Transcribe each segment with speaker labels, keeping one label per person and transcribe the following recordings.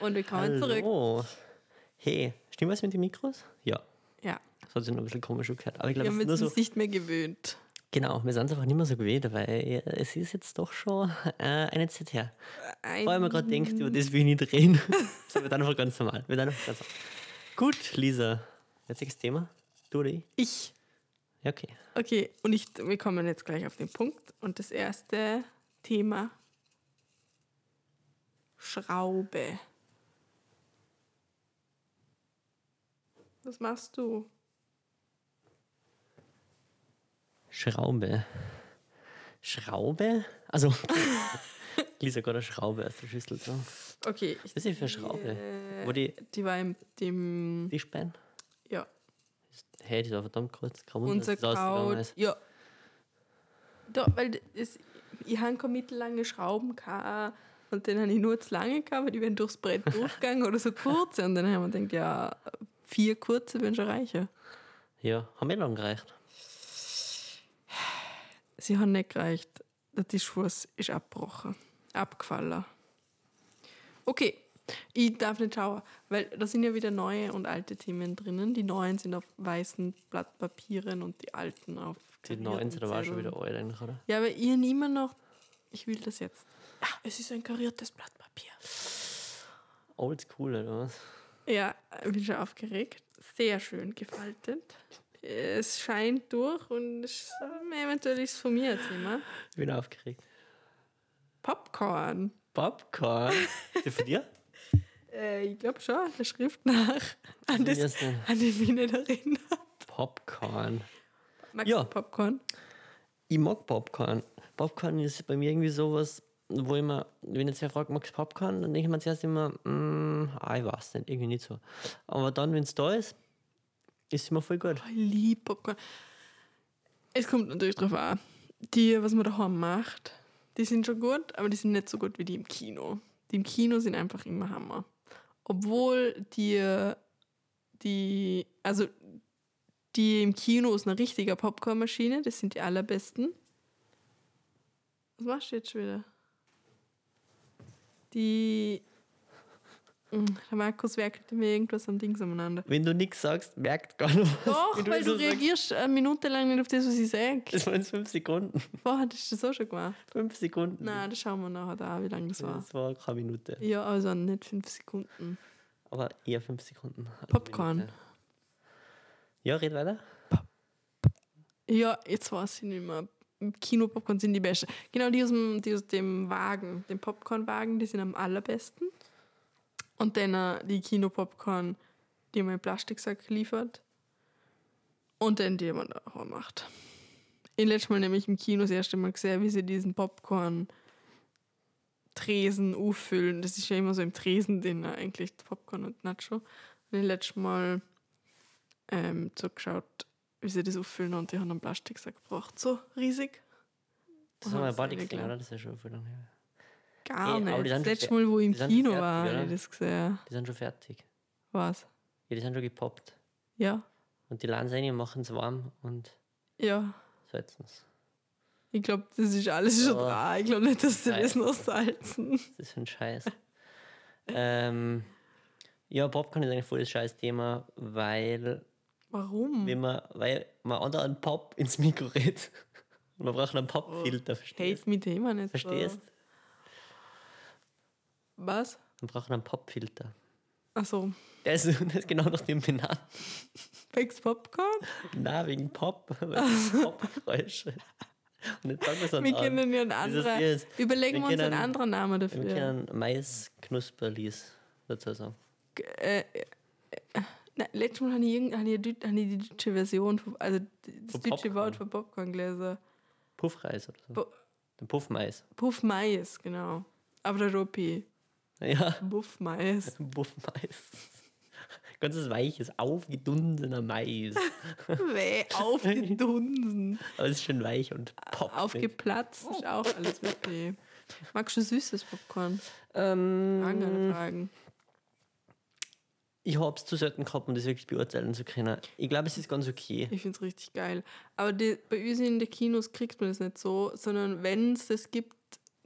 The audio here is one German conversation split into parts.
Speaker 1: und willkommen zurück.
Speaker 2: Hallo. Hey, stimmt was mit den Mikros? Ja.
Speaker 1: Ja,
Speaker 2: Das hat sich noch ein bisschen komisch gehört. Aber ich
Speaker 1: wir
Speaker 2: glaube, es
Speaker 1: haben
Speaker 2: ist
Speaker 1: uns
Speaker 2: nur so.
Speaker 1: das nicht mehr gewöhnt.
Speaker 2: Genau, wir sind es einfach nicht mehr so gewählt, weil äh, es ist jetzt doch schon äh, eine Zeit her.
Speaker 1: Ein-
Speaker 2: Vor allem, man gerade denkt, über das will ich nicht reden. so, wir dann einfach ganz normal. Wir dann einfach ganz normal. Gut, Lisa. Jetziges Thema. Du oder ich?
Speaker 1: Ich.
Speaker 2: Ja, okay.
Speaker 1: Okay, und ich, wir kommen jetzt gleich auf den Punkt. Und das erste Thema: Schraube. Was machst du?
Speaker 2: Schraube. Schraube? Also, Lisa hat eine Schraube aus der Schüssel. So.
Speaker 1: Okay, ich,
Speaker 2: Was ist denn für eine Schraube? Wo die,
Speaker 1: die war im, dem,
Speaker 2: die Spann?
Speaker 1: ja,
Speaker 2: Hey, die war verdammt kurz. Kaum wundern,
Speaker 1: unser
Speaker 2: dass das ausgegangen
Speaker 1: Kraut.
Speaker 2: ist.
Speaker 1: Ja. Da, weil das, ich habe keine mittellange Schrauben gehabt und dann habe ich nur zu lange gehabt, weil die werden durchs Brett durchgegangen oder so kurze. Und dann haben wir gedacht, ja, vier kurze wären schon reicher.
Speaker 2: Ja, haben wir lang gereicht.
Speaker 1: Sie haben nicht gereicht. Der Tischfuß ist abgebrochen. Abgefallen. Okay, ich darf nicht schauen, weil da sind ja wieder neue und alte Themen drinnen. Die neuen sind auf weißen Blatt Papieren und die alten auf
Speaker 2: Die neuen sind
Speaker 1: karierten
Speaker 2: aber auch schon
Speaker 1: Zetteln.
Speaker 2: wieder alt eigentlich, oder?
Speaker 1: Ja, aber ihr immer noch. Ich will das jetzt. Ah, es ist ein kariertes Blatt Papier.
Speaker 2: Oldschool, oder was?
Speaker 1: Ja, ich bin schon aufgeregt. Sehr schön gefaltet. Es scheint durch und es- äh, eventuell ist es von mir ein Thema.
Speaker 2: Ich bin aufgeregt.
Speaker 1: Popcorn.
Speaker 2: Popcorn. Ist die von dir?
Speaker 1: Äh, ich glaube schon, der Schrift nach. An,
Speaker 2: Wie
Speaker 1: das,
Speaker 2: ist denn?
Speaker 1: an den Wiener erinnert.
Speaker 2: Popcorn.
Speaker 1: Magst
Speaker 2: Ja.
Speaker 1: du Popcorn?
Speaker 2: Ich mag Popcorn. Popcorn ist bei mir irgendwie sowas, wo ich mir, wenn jetzt wer fragt, magst du Popcorn? Dann denke ich mir zuerst immer, mm, ah, ich weiß nicht, irgendwie nicht so. Aber dann, wenn es da ist, ist es immer voll gut.
Speaker 1: Oh, ich liebe Popcorn. Es kommt natürlich drauf an. Die, was man daheim macht, die sind schon gut, aber die sind nicht so gut wie die im Kino. Die im Kino sind einfach immer Hammer. Obwohl die, die, also die im Kino ist eine richtige Popcornmaschine, das sind die allerbesten. Was machst du jetzt schon wieder? Die. Mm, Der Markus werkelt mir irgendwas am Dings umeinander.
Speaker 2: Wenn du nichts sagst, merkt gar nicht was.
Speaker 1: Doch,
Speaker 2: Wenn
Speaker 1: weil du
Speaker 2: so sagst,
Speaker 1: reagierst eine Minute lang nicht auf das, was ich sage.
Speaker 2: Das waren jetzt fünf Sekunden.
Speaker 1: Vorher hattest du das auch schon gemacht.
Speaker 2: Fünf Sekunden.
Speaker 1: Nein, das schauen wir nachher da, wie lange das war.
Speaker 2: das war keine Minute.
Speaker 1: Ja, also nicht fünf Sekunden.
Speaker 2: Aber eher fünf Sekunden. als
Speaker 1: Popcorn.
Speaker 2: Minute. Ja, red weiter.
Speaker 1: Ja, jetzt weiß ich nicht mehr. Kinopopcorn sind die besten. Genau, die aus dem, die aus dem Wagen, dem Popcornwagen, die sind am allerbesten. Und dann äh, die Kinopopcorn, die man im Plastiksack liefert. Und dann die man auch macht. Ich letztes Mal nämlich im Kino das erste Mal gesehen, wie sie diesen Popcorn Tresen auffüllen. Das ist ja immer so im Tresen drin eigentlich, Popcorn und Nacho. Und ich letztes Mal ähm, zugeschaut, wie sie das auffüllen und die haben einen Plastiksack gebracht. So riesig.
Speaker 2: Das
Speaker 1: Und
Speaker 2: haben wir
Speaker 1: haben's
Speaker 2: beide gesehen,
Speaker 1: reingeladen.
Speaker 2: oder? Oh, Das ist ja schon viel lange her.
Speaker 1: Gar
Speaker 2: Ey, aber
Speaker 1: nicht.
Speaker 2: die
Speaker 1: Das
Speaker 2: sind schon
Speaker 1: letzte
Speaker 2: fe-
Speaker 1: Mal, wo ich im
Speaker 2: die sind schon
Speaker 1: Kino
Speaker 2: fertig,
Speaker 1: war, habe
Speaker 2: oder?
Speaker 1: ich das gesehen.
Speaker 2: Die sind schon fertig.
Speaker 1: Was?
Speaker 2: Ja, die sind schon gepoppt.
Speaker 1: Ja.
Speaker 2: Und die laden sie rein, machen es warm und
Speaker 1: Ja.
Speaker 2: salzen es.
Speaker 1: Ich glaube, das ist alles schon
Speaker 2: Ja.
Speaker 1: dran. Ich glaube nicht, dass sie
Speaker 2: Nein.
Speaker 1: das noch salzen.
Speaker 2: Das ist für ein Scheiß. ähm, ja, Popcorn ist eigentlich voll das Scheiß-Thema, weil,
Speaker 1: Warum?
Speaker 2: wenn man, weil man anderen Pop ins Mikro redet. Und man braucht einen Popfilter,
Speaker 1: Hate
Speaker 2: verstehst
Speaker 1: me Thema nicht. so.
Speaker 2: Verstehst?
Speaker 1: Was?
Speaker 2: Man braucht einen Popfilter.
Speaker 1: Achso,
Speaker 2: Der ist, der ist genau nach dem benannt.
Speaker 1: Becks Popcorn?
Speaker 2: Na, wegen Pop. weil das Popgeräusche. Und jetzt sagen wir es dann
Speaker 1: Wir
Speaker 2: an.
Speaker 1: können ja einen
Speaker 2: Dieses
Speaker 1: anderen.
Speaker 2: hier ist-
Speaker 1: Überlegen
Speaker 2: wir
Speaker 1: wir uns einen
Speaker 2: können-
Speaker 1: anderen Namen
Speaker 2: Wir
Speaker 1: dafür.
Speaker 2: können Mais-Knusperlis dazu sagen.
Speaker 1: Äh, äh, äh, nein, letztes Mal habe ich, irgend- habe ich, eine Dü- habe ich die deutsche Version, von, also das
Speaker 2: Von
Speaker 1: deutsche
Speaker 2: Popcorn.
Speaker 1: Wort für Popcorngläser.
Speaker 2: Puffreis oder so.
Speaker 1: Bu-
Speaker 2: Den Puffmais.
Speaker 1: Puff Mais, genau. Aber der Ropi.
Speaker 2: Ja,
Speaker 1: Puff Mais.
Speaker 2: Puffmais. Ganzes weiches, aufgedunsener Mais.
Speaker 1: Weh, aufgedunsen.
Speaker 2: Aber es ist schön weich und poppt.
Speaker 1: Aufgeplatzt ist auch alles mit B. Magst du süßes Popcorn? Fragen
Speaker 2: ähm,
Speaker 1: alle Fragen.
Speaker 2: ich habe es zu selten gehabt, um das wirklich beurteilen zu können. Ich glaube, es ist ganz okay.
Speaker 1: Ich finde es richtig geil. Aber die, bei uns in den Kinos kriegt man das nicht so, sondern wenn es das gibt,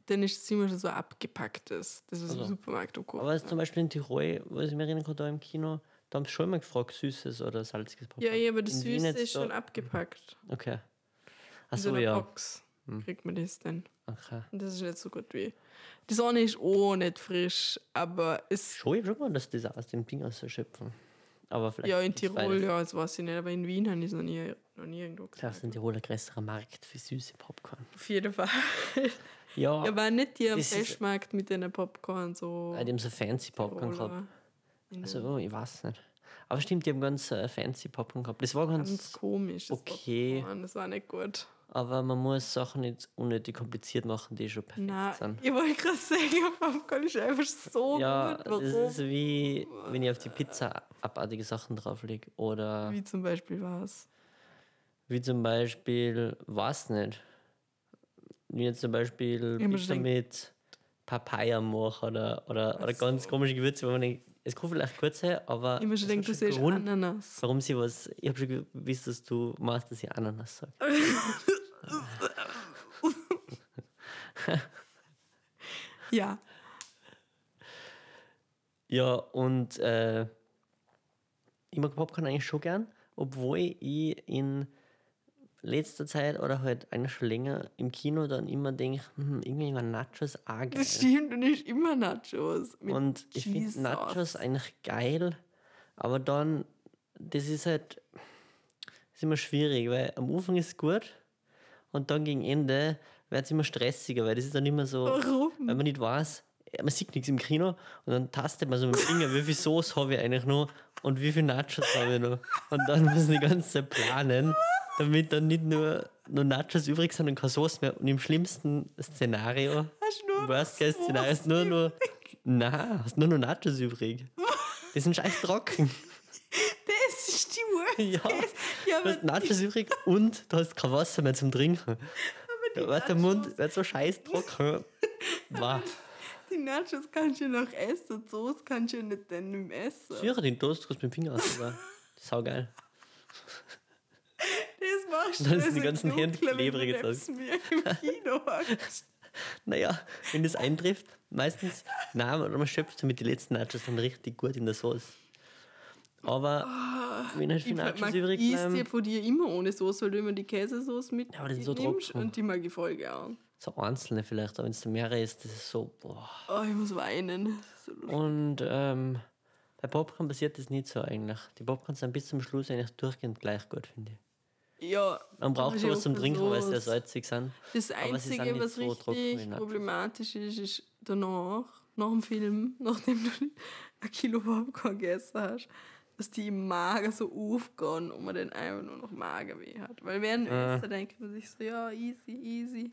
Speaker 1: dann ist es immer schon so abgepacktes. Das ist
Speaker 2: Also.
Speaker 1: im Supermarkt auch gut.
Speaker 2: Aber zum Beispiel in Tirol, wo ich mich erinnern konnte, im Kino, da haben sie schon immer gefragt, süßes oder salziges Popcorn.
Speaker 1: ja, ja, aber das
Speaker 2: In Wien
Speaker 1: Süße
Speaker 2: jetzt
Speaker 1: ist
Speaker 2: da-
Speaker 1: schon abgepackt.
Speaker 2: Okay.
Speaker 1: In so
Speaker 2: Achso,
Speaker 1: einer
Speaker 2: ja. Hm.
Speaker 1: Box kriegt man das dann.
Speaker 2: Okay.
Speaker 1: Und das ist nicht so gut wie. Die Sonne ist auch nicht frisch, aber es
Speaker 2: Schon, ich hab schon mal, dass das aus dem Ding ausschöpfen. Aber vielleicht.
Speaker 1: Ja, in
Speaker 2: gibt's beides.
Speaker 1: Tirol, ja, das weiß ich nicht, aber in Wien habe ich es noch nie, noch nie irgendwo
Speaker 2: Vielleicht ist
Speaker 1: gesehen.
Speaker 2: in Tirol ein größerer Markt für süße Popcorn.
Speaker 1: Auf jeden Fall.
Speaker 2: Ja,
Speaker 1: Ja, war nicht die am
Speaker 2: Ah. Das ist-
Speaker 1: Fleischmarkt mit den Popcorn so.
Speaker 2: bei dem so fancy Popcorn gehabt.
Speaker 1: Tiroler. In
Speaker 2: Also,
Speaker 1: den-
Speaker 2: oh, ich weiß nicht. Aber stimmt, die haben ganz äh, fancy Popcorn gehabt. Das war
Speaker 1: ganz
Speaker 2: ganz.
Speaker 1: komisch. Das
Speaker 2: okay.
Speaker 1: Popcorn. Das war nicht gut.
Speaker 2: Aber man muss Sachen nicht unnötig kompliziert machen, die schon perfekt
Speaker 1: Nein,
Speaker 2: sind.
Speaker 1: ich wollte gerade sagen, Popcorn ist einfach so
Speaker 2: Ja,
Speaker 1: gut.
Speaker 2: das
Speaker 1: Warum?
Speaker 2: ist wie wenn ich auf die Pizza abartige Sachen drauflege. Oder
Speaker 1: Wie zum Beispiel was?
Speaker 2: wie zum Beispiel, weiß nicht. Wie jetzt zum Beispiel
Speaker 1: Ich muss
Speaker 2: Pizza
Speaker 1: denken.
Speaker 2: mit Papaya machen oder, oder, oder ganz komische Gewürze, wo man denkt, es kann vielleicht kurz sein, aber.
Speaker 1: Ich muss schon
Speaker 2: es hat
Speaker 1: denken, du
Speaker 2: schon
Speaker 1: siehst
Speaker 2: Grund,
Speaker 1: Ananas.
Speaker 2: Warum sie was. Ich habe schon gewusst, dass du machst, dass ich Ananas sage.
Speaker 1: Ja,
Speaker 2: Ja, und äh, ich mag Popcorn eigentlich schon gern, obwohl ich in letzter Zeit oder halt eigentlich schon länger im Kino dann immer denke, hm, irgendwie waren Nachos auch geil.
Speaker 1: das stimmt. Und ich immer Nachos. Mit
Speaker 2: Und ich
Speaker 1: Cheese
Speaker 2: finde
Speaker 1: Sauce.
Speaker 2: Nachos eigentlich geil, aber dann, das ist halt, ist immer schwierig, weil am Anfang ist es gut und dann gegen Ende wird es immer stressiger, weil das ist dann immer so,
Speaker 1: Warum?
Speaker 2: wenn man nicht weiß, man sieht nichts im Kino und dann tastet man so mit dem Finger, wie viel Soße habe ich eigentlich noch und wie viel Nachos habe ich noch. Und dann muss man die ganze Zeit planen, damit dann nicht nur, nur Nachos übrig sind und keine Soße mehr. Und im schlimmsten Szenario
Speaker 1: Hast du nur
Speaker 2: Worst Case Szenario ist nur nur. Na, hast nur noch Nachos übrig. Die sind scheiß trocken.
Speaker 1: Das ist die Worst
Speaker 2: Ja.
Speaker 1: Case. Ja,
Speaker 2: Du
Speaker 1: aber
Speaker 2: hast Nachos übrig und du hast kein Wasser mehr zum Trinken. Da wird der Mund wird so scheiß trocken. Wow.
Speaker 1: die Nachos kannst du noch essen, die Soße kannst du nicht dann essen.
Speaker 2: Sicher, den Toast kannst du mit dem Finger aus. Sau geil.
Speaker 1: Das machst du
Speaker 2: Dann sind
Speaker 1: erst
Speaker 2: die
Speaker 1: im
Speaker 2: ganzen Hände
Speaker 1: Dunklen, wenn du
Speaker 2: klebrig jetzt
Speaker 1: nebst mir im Kino hockst.
Speaker 2: Naja, wenn das eintrifft, meistens, nein, oder man schöpft damit die letzten Nachos dann richtig gut in der Sauce. Aber wenn halt
Speaker 1: Ah, Ich
Speaker 2: viel Nachos
Speaker 1: mag
Speaker 2: übrig
Speaker 1: isst ja
Speaker 2: bleiben,
Speaker 1: von dir immer ohne Soße, weil du immer die Käsesoße mit
Speaker 2: Ja, aber das ist so
Speaker 1: nimmst
Speaker 2: trocken.
Speaker 1: und die mag ich voll gern.
Speaker 2: so einzelne vielleicht, aber wenn es da mehrere ist, das ist so, boah.
Speaker 1: Oh, ich muss weinen. Das ist so lustig.
Speaker 2: Und ähm, bei Popcorn passiert das nicht so eigentlich. Die Popcorns sind bis zum Schluss eigentlich durchgehend gleich gut, finde ich.
Speaker 1: Ja,
Speaker 2: Man braucht
Speaker 1: aber
Speaker 2: schon
Speaker 1: ist
Speaker 2: was zum
Speaker 1: auch
Speaker 2: Trinken, weil sie sehr
Speaker 1: Soße.
Speaker 2: salzig sind.
Speaker 1: Das
Speaker 2: Aber sie sind
Speaker 1: Einzige,
Speaker 2: nicht
Speaker 1: was
Speaker 2: so trocken wie
Speaker 1: richtig
Speaker 2: Nachos.
Speaker 1: problematisch ist, ist danach, nach dem Film, nachdem du ein Kilo Popcorn gegessen hast, dass die im Magen so aufgehen und man dann einfach nur noch Magenweh hat. Weil während dem
Speaker 2: Äh.
Speaker 1: Essen denkt man sich so, ja, easy, easy.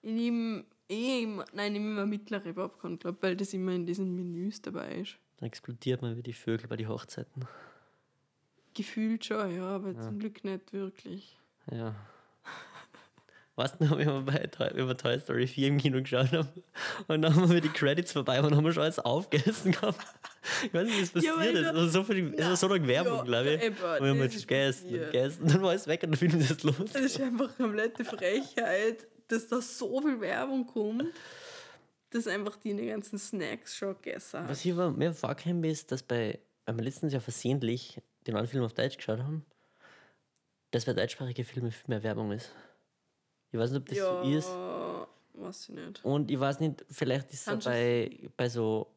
Speaker 1: Ich nehme eh immer, nein, ich nehme immer mittlere Popcorn, glaub, weil das immer in diesen Menüs dabei ist.
Speaker 2: Dann explodiert man wie die Vögel bei den Hochzeiten.
Speaker 1: Gefühlt schon, ja,
Speaker 2: Ah.
Speaker 1: aber zum Glück nicht wirklich.
Speaker 2: Ja. Weißt du noch, wie wir bei Toy, wie wir Toy Story 4 im Kino geschaut haben? Und dann haben wir die Credits vorbei und haben wir schon alles aufgegessen gehabt. Ich weiß nicht, wie es
Speaker 1: Ja,
Speaker 2: passiert
Speaker 1: weil
Speaker 2: ist.
Speaker 1: da-
Speaker 2: Also so viel, es war so lange Werbung,
Speaker 1: Ja,
Speaker 2: glaube ich.
Speaker 1: eben,
Speaker 2: Und wir haben
Speaker 1: das
Speaker 2: jetzt
Speaker 1: ist
Speaker 2: gegessen und
Speaker 1: passiert.
Speaker 2: gegessen. Und dann war es weg und der Film ist jetzt los.
Speaker 1: Das ist einfach komplette Frechheit, dass da so viel Werbung kommt, dass einfach die den ganzen Snacks schon gegessen haben.
Speaker 2: Was ich aber mir vorgekommen bin, ist, dass bei, weil wir letztens ja versehentlich den neuen Film auf Deutsch geschaut haben, dass bei deutschsprachigen Filmen viel mehr Werbung ist. Ich weiß nicht, ob das
Speaker 1: ja,
Speaker 2: so ist.
Speaker 1: weiß ich nicht.
Speaker 2: Und ich weiß nicht, vielleicht ist
Speaker 1: Kann
Speaker 2: es
Speaker 1: schon
Speaker 2: bei, bei so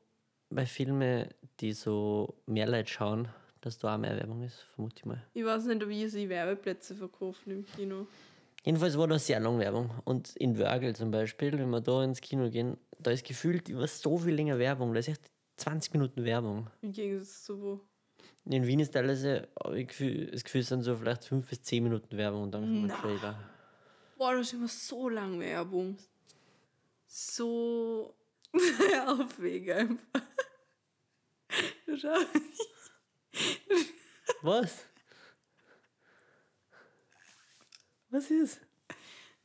Speaker 2: bei Filmen, die so mehr Leute schauen, dass da auch mehr Werbung ist, vermute ich mal.
Speaker 1: Ich weiß nicht, wie sie Werbeplätze verkaufen im Kino.
Speaker 2: Jedenfalls war da sehr lange Werbung. Und in Wörgl zum Beispiel, wenn wir da ins Kino gehen, da ist gefühlt über so viel länger Werbung. Da ist echt 20 Minuten Werbung.
Speaker 1: Im Gegensatz zu wo.
Speaker 2: In Wien ist teilweise hab ich Gefühl- das Gefühl, es sind so vielleicht 5 bis 10 Minuten Werbung und dann kommt ein
Speaker 1: Na.
Speaker 2: Trailer.
Speaker 1: Boah, das ist immer so lang Werbung. So Aufwege einfach. Du schaust-
Speaker 2: Was? Was ist?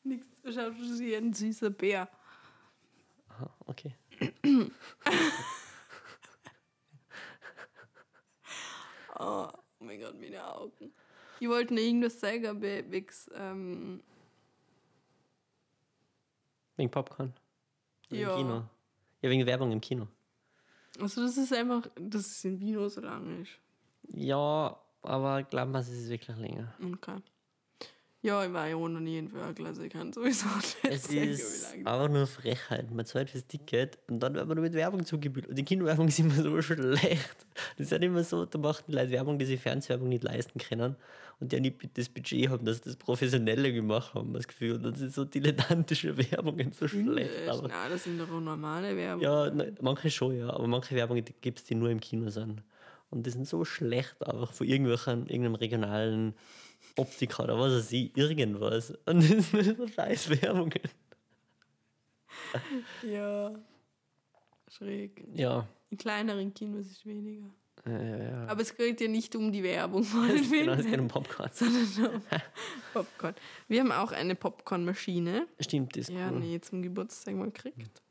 Speaker 1: Nix, du schaust aus wie ein süßer Bär.
Speaker 2: Aha, okay.
Speaker 1: Oh, oh mein Gott, meine Augen. Die wollten irgendwas sagen, aber wegen ähm,
Speaker 2: Wegen Popcorn. oder
Speaker 1: Ja.
Speaker 2: im Kino? Ja, wegen Werbung im Kino.
Speaker 1: Also das ist einfach, dass es in Wien auch so lang ist.
Speaker 2: Ja, aber glauben wir, es ist wirklich länger.
Speaker 1: Okay. Ja, ich war ja auch noch nie in Wörgl, also ich kann sowieso nicht
Speaker 2: Es
Speaker 1: sagen,
Speaker 2: ist
Speaker 1: wie lange.
Speaker 2: einfach nur Frechheit. Man zahlt fürs Ticket und dann wird man nur mit Werbung zugebügelt. Und die Kinowerbung ist immer so schlecht. Das ist halt immer so, da machen die Leute Werbung, die sich Fernsehwerbung nicht leisten können und die auch nicht das Budget haben, dass sie das Professionelle gemacht haben, das Gefühl. Und dann sind so dilettantische Werbungen so schlecht.
Speaker 1: Äh,
Speaker 2: Aber
Speaker 1: Nein, das sind doch auch normale Werbung.
Speaker 2: ja, ne, manche schon, ja. Aber manche Werbungen gibt es, die nur im Kino sind. Und die sind so schlecht, einfach von irgendwelchen, irgendeinem regionalen Optiker oder was weiß ich, irgendwas. Und das sind so scheiß Werbungen.
Speaker 1: Ja. Schräg.
Speaker 2: Ja.
Speaker 1: In kleineren Kinos ist weniger.
Speaker 2: Äh, ja.
Speaker 1: Aber es geht ja nicht um die Werbung von den
Speaker 2: genau, es geht
Speaker 1: Filmen,
Speaker 2: um Popcorn.
Speaker 1: sondern um Popcorn. Wir haben auch eine Popcorn-Maschine.
Speaker 2: Stimmt, das ist
Speaker 1: Ja,
Speaker 2: cool.
Speaker 1: nee, also zum Geburtstag mal gekriegt.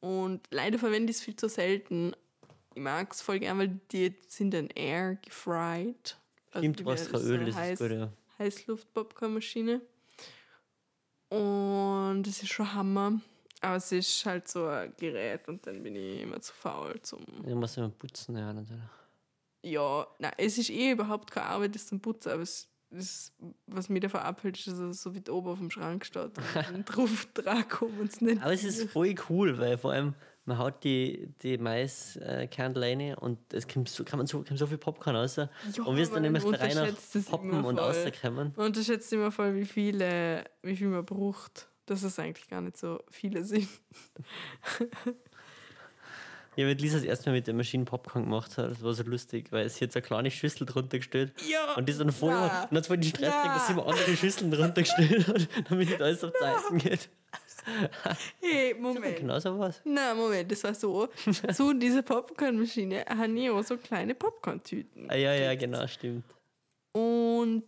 Speaker 1: Und leider verwende ich es viel zu selten. Ich mag es voll gern, weil die sind dann air gefried. Also
Speaker 2: Stimmt,
Speaker 1: die
Speaker 2: was
Speaker 1: werden
Speaker 2: für
Speaker 1: so
Speaker 2: Öl, das
Speaker 1: heiß- Mhm.
Speaker 2: ist gut, ja.
Speaker 1: Heißluft-Popcorn-Maschine. Und das ist schon Hammer. Aber es ist halt so ein Gerät und dann bin ich immer zu faul zum.
Speaker 2: Du musst immer putzen, ja, natürlich.
Speaker 1: Ja, nein, es ist eh überhaupt keine Arbeit, das zum Putzen, aber es ist, was mich davon abhält, ist, dass es so weit oben auf dem Schrank steht und dann drauf dran kommt und es nicht.
Speaker 2: Aber es ist voll cool, weil vor allem man haut die, die Maiskernel rein und es kommt so, kann man so, kommt so viel Popcorn raus. und wir sind
Speaker 1: man
Speaker 2: dann nämlich drei nach
Speaker 1: unterschätzt das
Speaker 2: Poppen
Speaker 1: immer
Speaker 2: und
Speaker 1: voll.
Speaker 2: rauskommen.
Speaker 1: Man unterschätzt immer voll, wie viele, wie viel man braucht. Dass es eigentlich gar nicht so viele sind.
Speaker 2: Ich habe mit Lisa das erste Mal mit der Maschine Popcorn gemacht. Das war so lustig, weil es hier so eine kleine Schüssel drunter gestellt
Speaker 1: Ja,
Speaker 2: Und die sind voll,
Speaker 1: ja.
Speaker 2: und hat voll den Stress gekriegt, dass
Speaker 1: Ja.
Speaker 2: sie immer andere Schüsseln drunter gestellt hat, damit nicht alles auf die Seiten geht.
Speaker 1: Hey, Moment.
Speaker 2: Genau so was.
Speaker 1: Na, Moment, das war so. Zu dieser Popcornmaschine haben die auch so kleine Popcorn-Tüten.
Speaker 2: Ah, ja, ja, genau, stimmt.
Speaker 1: Und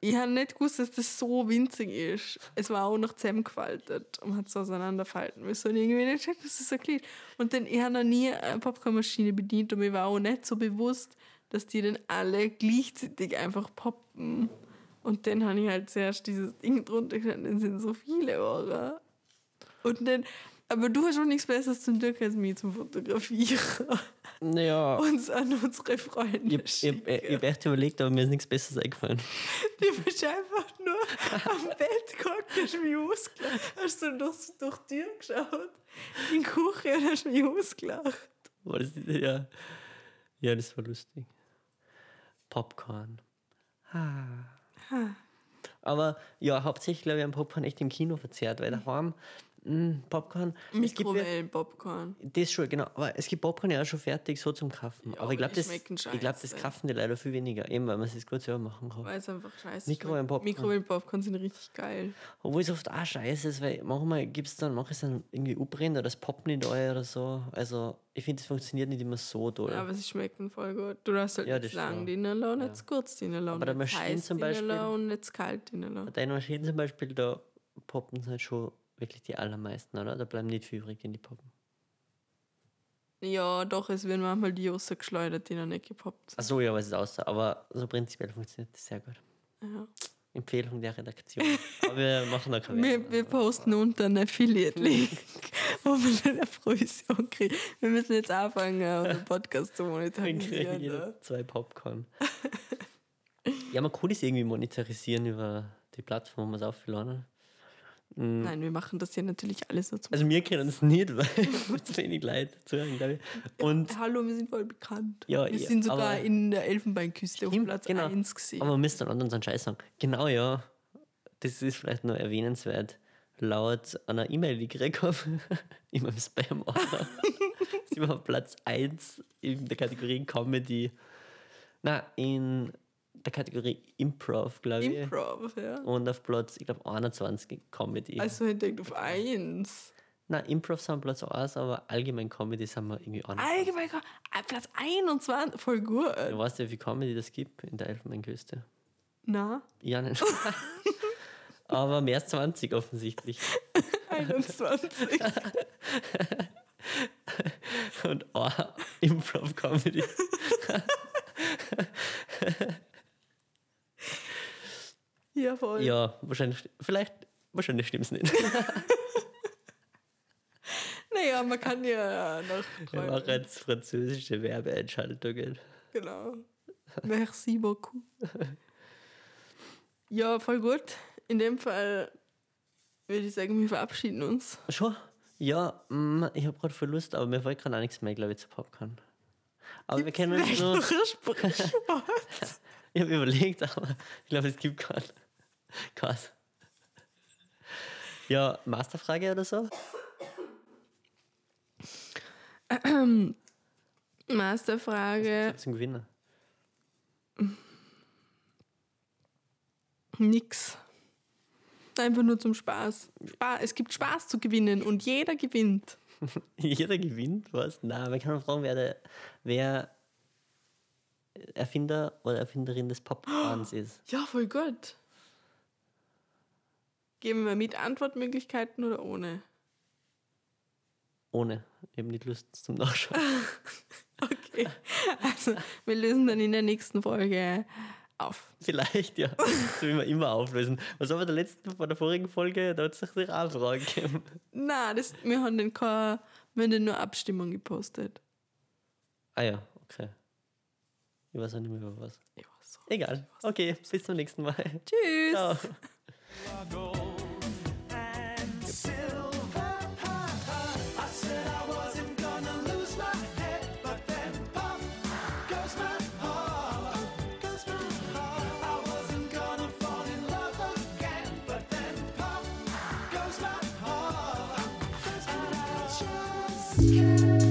Speaker 1: ich habe nicht gewusst, dass das so winzig ist. Es war auch noch zusammengefaltet und hat es auseinanderfalten müssen. Und irgendwie nicht gecheckt, dass es so klein ist. Und dann, ich habe noch nie eine Popcornmaschine bedient und mir war auch nicht so bewusst, dass die dann alle gleichzeitig einfach poppen. Und dann habe ich halt zuerst dieses Ding drunter gestellt, dann sind so viele Ohren. Und dann, aber du hast auch nichts Besseres zum Glück als mich zum Fotografieren.
Speaker 2: Naja,
Speaker 1: Uns an unsere Freunde.
Speaker 2: ich, ich, ich,
Speaker 1: schicken.
Speaker 2: ich hab äh, echt überlegt, aber mir ist nichts Besseres eingefallen.
Speaker 1: Du bist einfach nur am Bett gehockt, hast mich ausgelacht. Hast du durch, durch die Tür geschaut? In die Küche und hast mich ausgelacht.
Speaker 2: War das, ja. ja, das war lustig. Popcorn. Ah.
Speaker 1: Hm.
Speaker 2: Aber ja, hauptsächlich glaube ich, haben Popcorn echt im Kino verzehrt, weil daheim mh, Popcorn. es gibt ja-
Speaker 1: Mikrowellenpopcorn.
Speaker 2: Das schon, genau. Aber es gibt Popcorn ja auch schon fertig, so zum Kaufen. aber
Speaker 1: aber
Speaker 2: ich glaube,
Speaker 1: die
Speaker 2: das,
Speaker 1: schmecken
Speaker 2: ich glaub, das
Speaker 1: scheiße.
Speaker 2: kaufen die leider viel weniger, eben weil man es jetzt gut selber machen kann.
Speaker 1: Weil es einfach scheiße
Speaker 2: Mikrowellenpopcorn.
Speaker 1: schmeckt. Mikrowellenpopcorn sind richtig geil.
Speaker 2: Obwohl es oft auch scheiße ist, weil manchmal gibt es dann, manches dann irgendwie abbrennt oder das poppt nicht ein oder so. Also ich finde, es funktioniert nicht immer so doll.
Speaker 1: Aber sie schmecken voll gut. Du darfst halt
Speaker 2: Ja,
Speaker 1: nicht
Speaker 2: das
Speaker 1: lang
Speaker 2: schon.
Speaker 1: dienen lassen, nicht zu kurz dienen lassen.
Speaker 2: Bei der
Speaker 1: nicht zu
Speaker 2: Maschine
Speaker 1: heiß
Speaker 2: zum
Speaker 1: dienen
Speaker 2: Beispiel-
Speaker 1: lassen Und nicht zu kalt dienen lassen.
Speaker 2: Deine Maschinen zum Beispiel, da poppen halt schon wirklich die allermeisten, oder? Da bleiben nicht viel übrig in die Poppen.
Speaker 1: Ja, doch, es werden manchmal die rausgeschleudert, die noch nicht gepoppt sind.
Speaker 2: Achso, ja, was ist außer. Aber so prinzipiell funktioniert das sehr gut.
Speaker 1: Ja.
Speaker 2: Empfehlung der Redaktion. Aber wir machen da keine
Speaker 1: Wir,
Speaker 2: Werbung.
Speaker 1: wir posten unter einen Affiliate-Link, wo man dann eine Provision kriegt. Wir müssen jetzt anfangen, äh, unseren Podcast zu
Speaker 2: Dann kriegen
Speaker 1: monetarisieren. ne?
Speaker 2: jeder zwei Popcorn. ja, man kann das irgendwie monetarisieren über die Plattform, wo man es aufgeladen hat. Mhm.
Speaker 1: Nein, wir machen das hier natürlich alles nur zum.
Speaker 2: Also wir können es nicht, weil es wenig Leute zuhören, glaube ich. Also, Und
Speaker 1: Hallo, wir sind voll bekannt.
Speaker 2: Ja,
Speaker 1: wir
Speaker 2: ja,
Speaker 1: sind sogar
Speaker 2: aber-
Speaker 1: in der Elfenbeinküste auf
Speaker 2: Stimmt,
Speaker 1: Platz
Speaker 2: genau.
Speaker 1: 1 gesehen.
Speaker 2: Aber wir müssen dann unseren Scheiß sagen. Genau, ja. Das ist vielleicht nur erwähnenswert. Laut einer E-Mail, die ich gekriegt habe, in meinem Spam-Ordner, sind wir auf Platz 1 in der Kategorie Comedy. Na, in der Kategorie Improv, glaube ich.
Speaker 1: Improv, ja.
Speaker 2: Und auf Platz, ich glaube, 21 Comedy.
Speaker 1: Also ich denke auf 1.
Speaker 2: Na, Improv sind Platz 1, aber allgemein Comedy sind wir irgendwie anders.
Speaker 1: Allgemein, ah, Platz 21, voll gut.
Speaker 2: Du weißt ja, wie viel Comedy das gibt in der Elfenbeinküste.
Speaker 1: Na,
Speaker 2: Ja, nein. aber mehr als 20 offensichtlich.
Speaker 1: 21.
Speaker 2: Und oh, Improv-Comedy.
Speaker 1: ja, voll.
Speaker 2: ja, wahrscheinlich, vielleicht, wahrscheinlich stimmt es nicht.
Speaker 1: Naja, man kann ja noch
Speaker 2: Wir
Speaker 1: träumen.
Speaker 2: machen jetzt französische Werbeentschaltungen.
Speaker 1: Genau. Merci beaucoup. Ja, voll gut. In dem Fall würde ich sagen, wir verabschieden uns.
Speaker 2: Schon? Ja, mm, ich habe gerade voll Lust, aber mir fällt gerade auch nichts mehr, glaube ich, zu Popcorn. Aber wir können uns
Speaker 1: Vielleicht
Speaker 2: nur.
Speaker 1: noch ein Sprichwort.
Speaker 2: Ich habe überlegt, aber ich glaube, es gibt keinen. Krass. Ja, Masterfrage oder so?
Speaker 1: Masterfrage.
Speaker 2: Zum Gewinner.
Speaker 1: Nix. Einfach nur zum Spaß. Spaß. Es gibt Spaß zu gewinnen und jeder gewinnt.
Speaker 2: Jeder gewinnt was? Na, man kann fragen, wer der wer Erfinder oder Erfinderin des Popcorns ist.
Speaker 1: Ja, voll gut. Geben wir mit Antwortmöglichkeiten oder ohne?
Speaker 2: Ohne. Ich habe nicht Lust zum Nachschauen.
Speaker 1: Okay. Also, wir lösen dann in der nächsten Folge auf.
Speaker 2: Vielleicht, ja. Das will man immer auflösen. Was haben wir der letzten, bei der vorigen Folge? Da hat es doch die Rahmenfrage gegeben.
Speaker 1: Na, das, wir haben den Chor, wir haben den nur Abstimmung gepostet.
Speaker 2: Ah ja, okay. Ich weiß auch nicht mehr über was.
Speaker 1: Ich war so.
Speaker 2: Egal. Okay, bis zum nächsten Mal.
Speaker 1: Tschüss.
Speaker 2: Ciao.
Speaker 3: Just can't